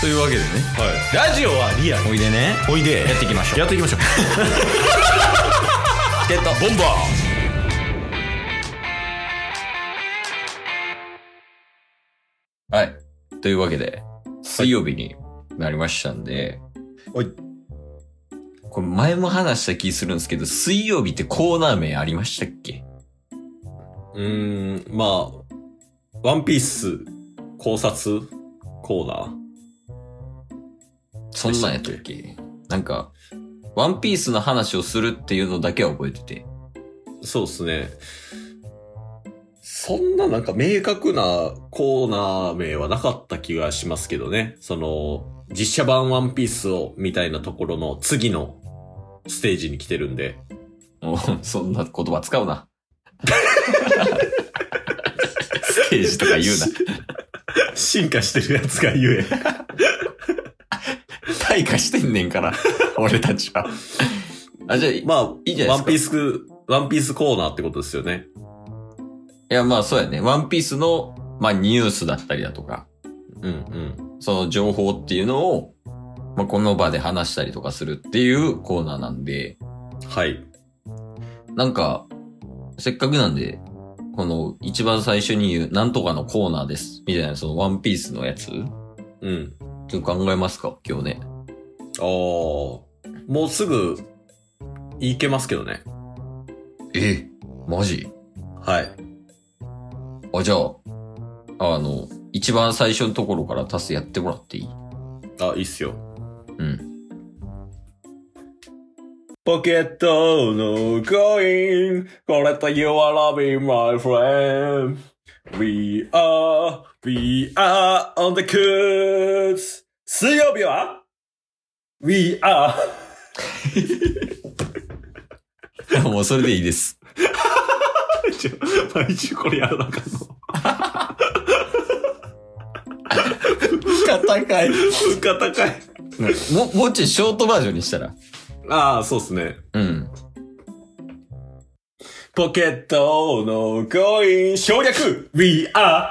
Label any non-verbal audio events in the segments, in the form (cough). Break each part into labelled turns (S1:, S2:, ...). S1: というわけでね
S2: ラジオはリアル
S1: おいでね
S2: おいで
S1: やっていきましょう
S2: やっていきましょう
S1: チケットボンバーはい。というわけで、水曜日になりましたんで、
S2: はい。
S1: これ前も話した気するんですけど、水曜日ってコーナー名ありましたっけ
S2: うーんまあワンピース考察コーナー
S1: そんなんやったっけなんか、ワンピースの話をするっていうのだけは覚えてて。
S2: そうっすね。そんななんか明確なコーナー名はなかった気がしますけどね。その、実写版ワンピースをみたいなところの次のステージに来てるんで。
S1: もう、そんな言葉使う (laughs) な。ステージとか言うな。
S2: (laughs) 進化してるやつがゆえ。
S1: 退化してんねん (laughs) から、俺たちは。あ、じゃあ、い
S2: まあ、
S1: いいじゃないですか
S2: ワンピース、ワンピースコーナーってことですよね。
S1: や、まあそうやね。ワンピースの、まあニュースだったりだとか、
S2: うんうん。
S1: その情報っていうのを、まあこの場で話したりとかするっていうコーナーなんで、
S2: はい。
S1: なんか、せっかくなんで、この一番最初に言う、なんとかのコーナーです、みたいな、そのワンピースのやつ、ちょ
S2: うん。
S1: っと考えますか、今日ね。
S2: ああ。もうすぐ、いけますけどね。
S1: えマジ
S2: はい。
S1: あ、じゃあ、あの、一番最初のところからタスやってもらっていい
S2: あ、いいっすよ。
S1: うん。
S2: ポケットのコイン、これと You are loving my friend.We are, we are on the cruise. 水曜日は ?We are.
S1: (laughs)
S2: (laughs)
S1: もうそれでいいです。
S2: 毎週これやらなあかんの。
S1: 高い。
S2: 物価高い。
S1: も、もうちょいショートバージョンにしたら。
S2: ああ、そうっすね。
S1: うん。
S2: ポケットのコイン省略 !We are!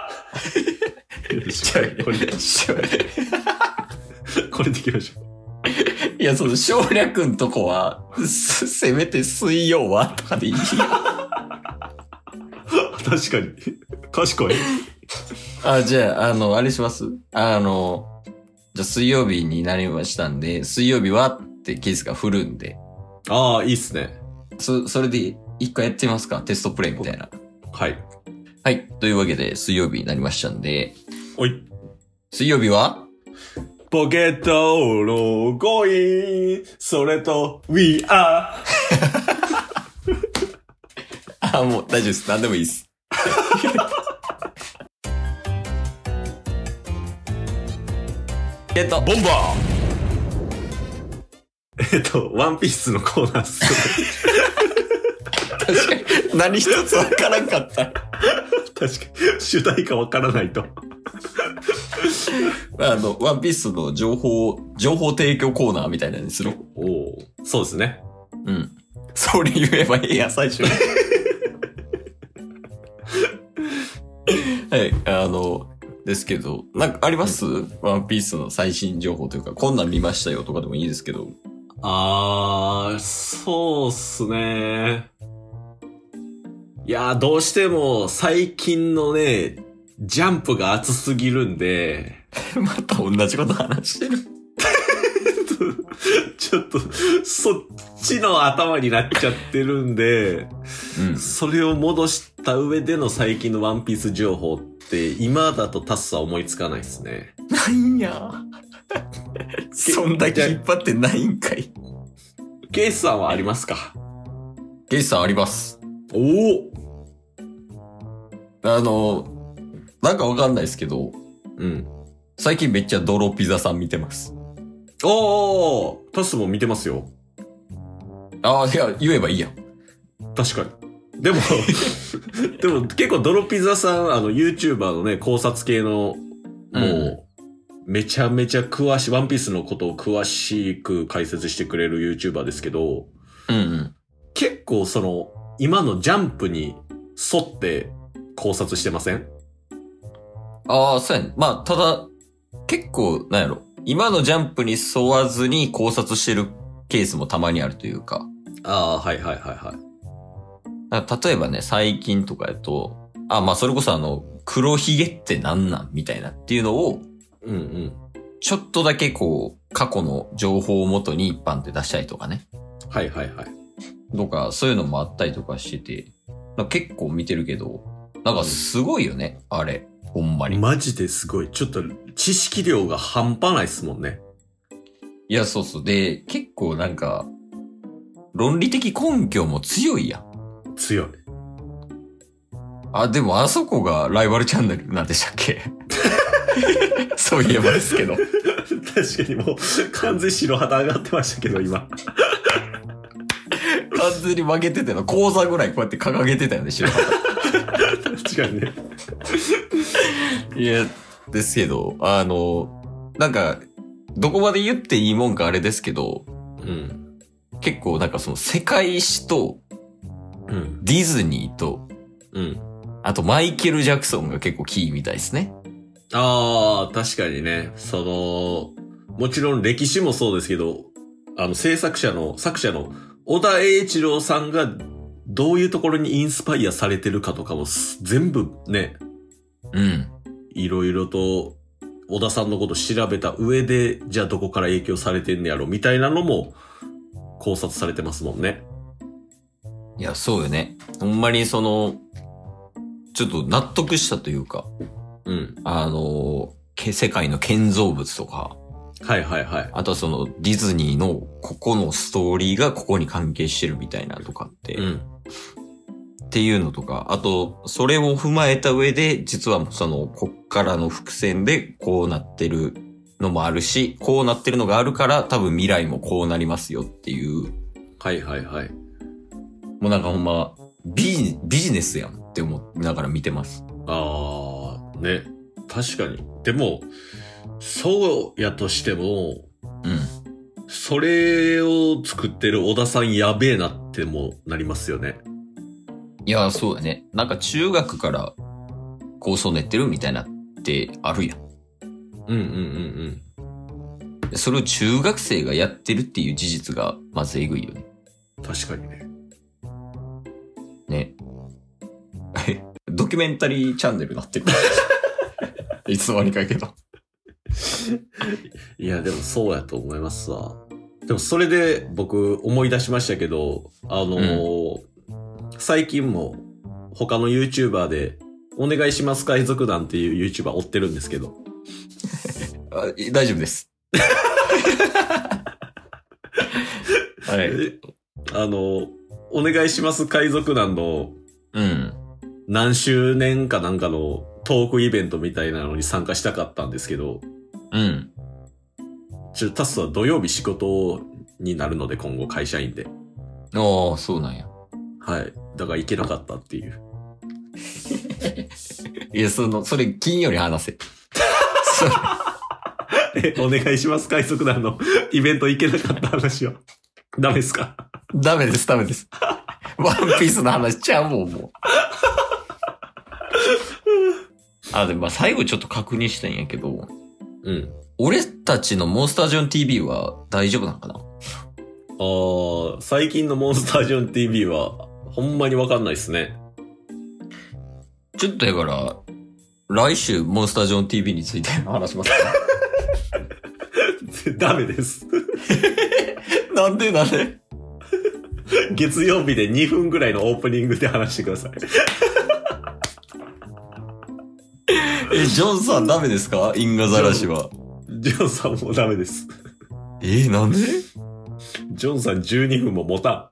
S2: (laughs) これ、これでいきましょう。
S1: (laughs) いや、その省略んとこは、すせめて水曜はとかでいい。
S2: 確かに。賢い。
S1: あ、じゃあ、あの、あれしますあの、じゃあ水曜日になりましたんで、水曜日はってケースが振るんで、
S2: ああ、いいっすね。
S1: そ、それで一回やってみますかテストプレイみたいな。
S2: はい。
S1: はい。というわけで、水曜日になりましたんで、
S2: おい。
S1: 水曜日は
S2: ポケットのコイン、それと、We are!
S1: あ、もう大丈夫です。何でもいいです。えっと、ボンバー
S2: えっと、ワンピースのコーナーっす。
S1: 確かに、何一つわからんかった。
S2: 確かに、主題歌わからないと。
S1: あの、ワンピースの情報、情報提供コーナーみたいなのにする。
S2: おお、そうですね。
S1: うん。それ言えばいいや、最初に。はい、あの、ですけど、なんかあります、ワンピースの最新情報というか、こんなん見ましたよとかでもいいですけど。
S2: あー、そうっすね。いやー、どうしても最近のね、ジャンプが熱すぎるんで、
S1: (laughs) また同じこと話してる。
S2: ちょっと、そっちの頭になっちゃってるんで、
S1: うん。
S2: それを戻した上での最近のワンピース情報って、今だとタスは思いつかないですね。
S1: なんや。そんだけ引っ張ってないんかい。
S2: ケイスさんはありますか
S1: ゲイさんあります。
S2: おお
S1: あの、なんかわかんないですけど、
S2: うん。
S1: 最近めっちゃドロピザさん見てます。
S2: おータスも見てますよ。
S1: ああ、いや、言えばいいやん。
S2: 確かに。 (laughs) でも、でも結構ドロピザさん、あの、YouTuber のね、考察系の、
S1: う
S2: も
S1: ん
S2: う、めちゃめちゃ詳しい、ワンピースのことを詳しく解説してくれる YouTuber ですけど、
S1: うんうん。
S2: 結構その、今のジャンプに沿って考察してません
S1: ああ、そうやね。まあ、ただ、結構、なんやろ。今のジャンプに沿わずに考察してるケースもたまにあるというか、
S2: ああ、はいはいはいはい。
S1: なんか例えばね、最近とかやと、あ、まあそれこそあの、黒ひげってなんなんみたいなっていうのを、
S2: うんうん。
S1: ちょっとだけこう、過去の情報をもとに一般で出したりとかね。
S2: はいはいはい。
S1: とか、そういうのもあったりとかしてて、なんか結構見てるけど、なんかすごいよね、あれ。ほんまに。
S2: マジですごい。ちょっと知識量が半端ないっすもんね。
S1: いや、そうそう。で、結構なんか、論理的根拠も強いやん。
S2: 強い。
S1: あ、でもあそこがライバルチャンネルなんでしたっけそういえばですけど。
S2: (laughs) 確かにもう完全白旗上がってましたけど、今。
S1: 完全に負けてたの。講座ぐらいこうやって掲げてたよね、白旗
S2: 確かにね。
S1: いや、ですけど、あの、なんか、どこまで言っていいもんかあれですけど、
S2: うん。
S1: 結構なんかその世界史と
S2: うん。
S1: ディズニーと、
S2: うん。
S1: あとマイケル・ジャクソンが結構キーみたいですね。
S2: ああ、確かにね。その、もちろん歴史もそうですけど、あの、制作者の、作者の小田栄一郎さんが、どういうところにインスパイアされてるかとかもす、全部ね、
S1: うん。
S2: いろいろと、小田さんのこと調べた上で、じゃあどこから影響されてんねやろ、みたいなのも、考察されてますもんね。
S1: いや、そうよね。ほんまにその、ちょっと納得したというか、
S2: うん。
S1: あの、け世界の建造物とか、
S2: はいはいはい。
S1: あとはそのディズニーのここのストーリーがここに関係してるみたいなとかって、
S2: うん。
S1: っていうのとか、あと、それを踏まえた上で、実はその、こっからの伏線でこうなってるのもあるし、こうなってるのがあるから、多分未来もこうなりますよっていう、
S2: はいはいはい。
S1: もうなんかほんま、ビジビジネスやんって思いながら見てます。
S2: ああ、ね。確かに。でも、そうやとしても、
S1: うん。
S2: それを作ってる小田さんやべえなってもなりますよね。
S1: いや、そうだね。なんか中学から構想練ってるみたいなってあるやん。
S2: うんうんうん
S1: でそれを中学生がやってるっていう事実が、まずえぐいよね。
S2: うん。確かにね。
S1: ね。 (laughs) ドキュメンタリーチャンネルにな (laughs) ってる。いつの間にかやけど。
S2: いや、でもそうやと思いますわ。でもそれで僕思い出しましたけど、あのー最近も他の YouTuber で、お願いします海賊団っていう YouTuber 追ってるんですけど、
S1: あい大丈夫です。 (laughs) はい。
S2: えあの、お願いします海賊団の
S1: うん。
S2: 何周年かなんかのトークイベントみたいなのに参加したかったんですけど、
S1: うん。
S2: ちょ、タスは土曜日仕事になるので今後会社員で。
S1: ああ、そうなんや。
S2: はい。だから行けなかったっていう。 (laughs)
S1: いや、その、それ、金曜に話せ。そ
S2: えお願いします海賊団の (laughs) イベント行けなかった話は。 (laughs) ダメですか
S1: ダメです、ダメです。ワンピースの話ちゃうもん、もう。あ、でも、まあ、最後ちょっと確認したんやけど、
S2: うん。
S1: 俺たちのモンスタージョン TV は大丈夫なのかな
S2: あー、最近のモンスタージョン TV は、ほんまにわかんないですね。 (laughs)
S1: ちょっとだから、来週、モンスタージョン TV について話
S3: (laughs)
S1: しますか
S2: ダメです。 (laughs)
S1: なんでなんで
S2: 月曜日で2分ぐらいのオープニングで話してください。
S1: え、ジョンさんダメですかインガザラシは。
S2: ジョンさんもダメです。
S1: え、なんで
S2: ジョンさん12分も持た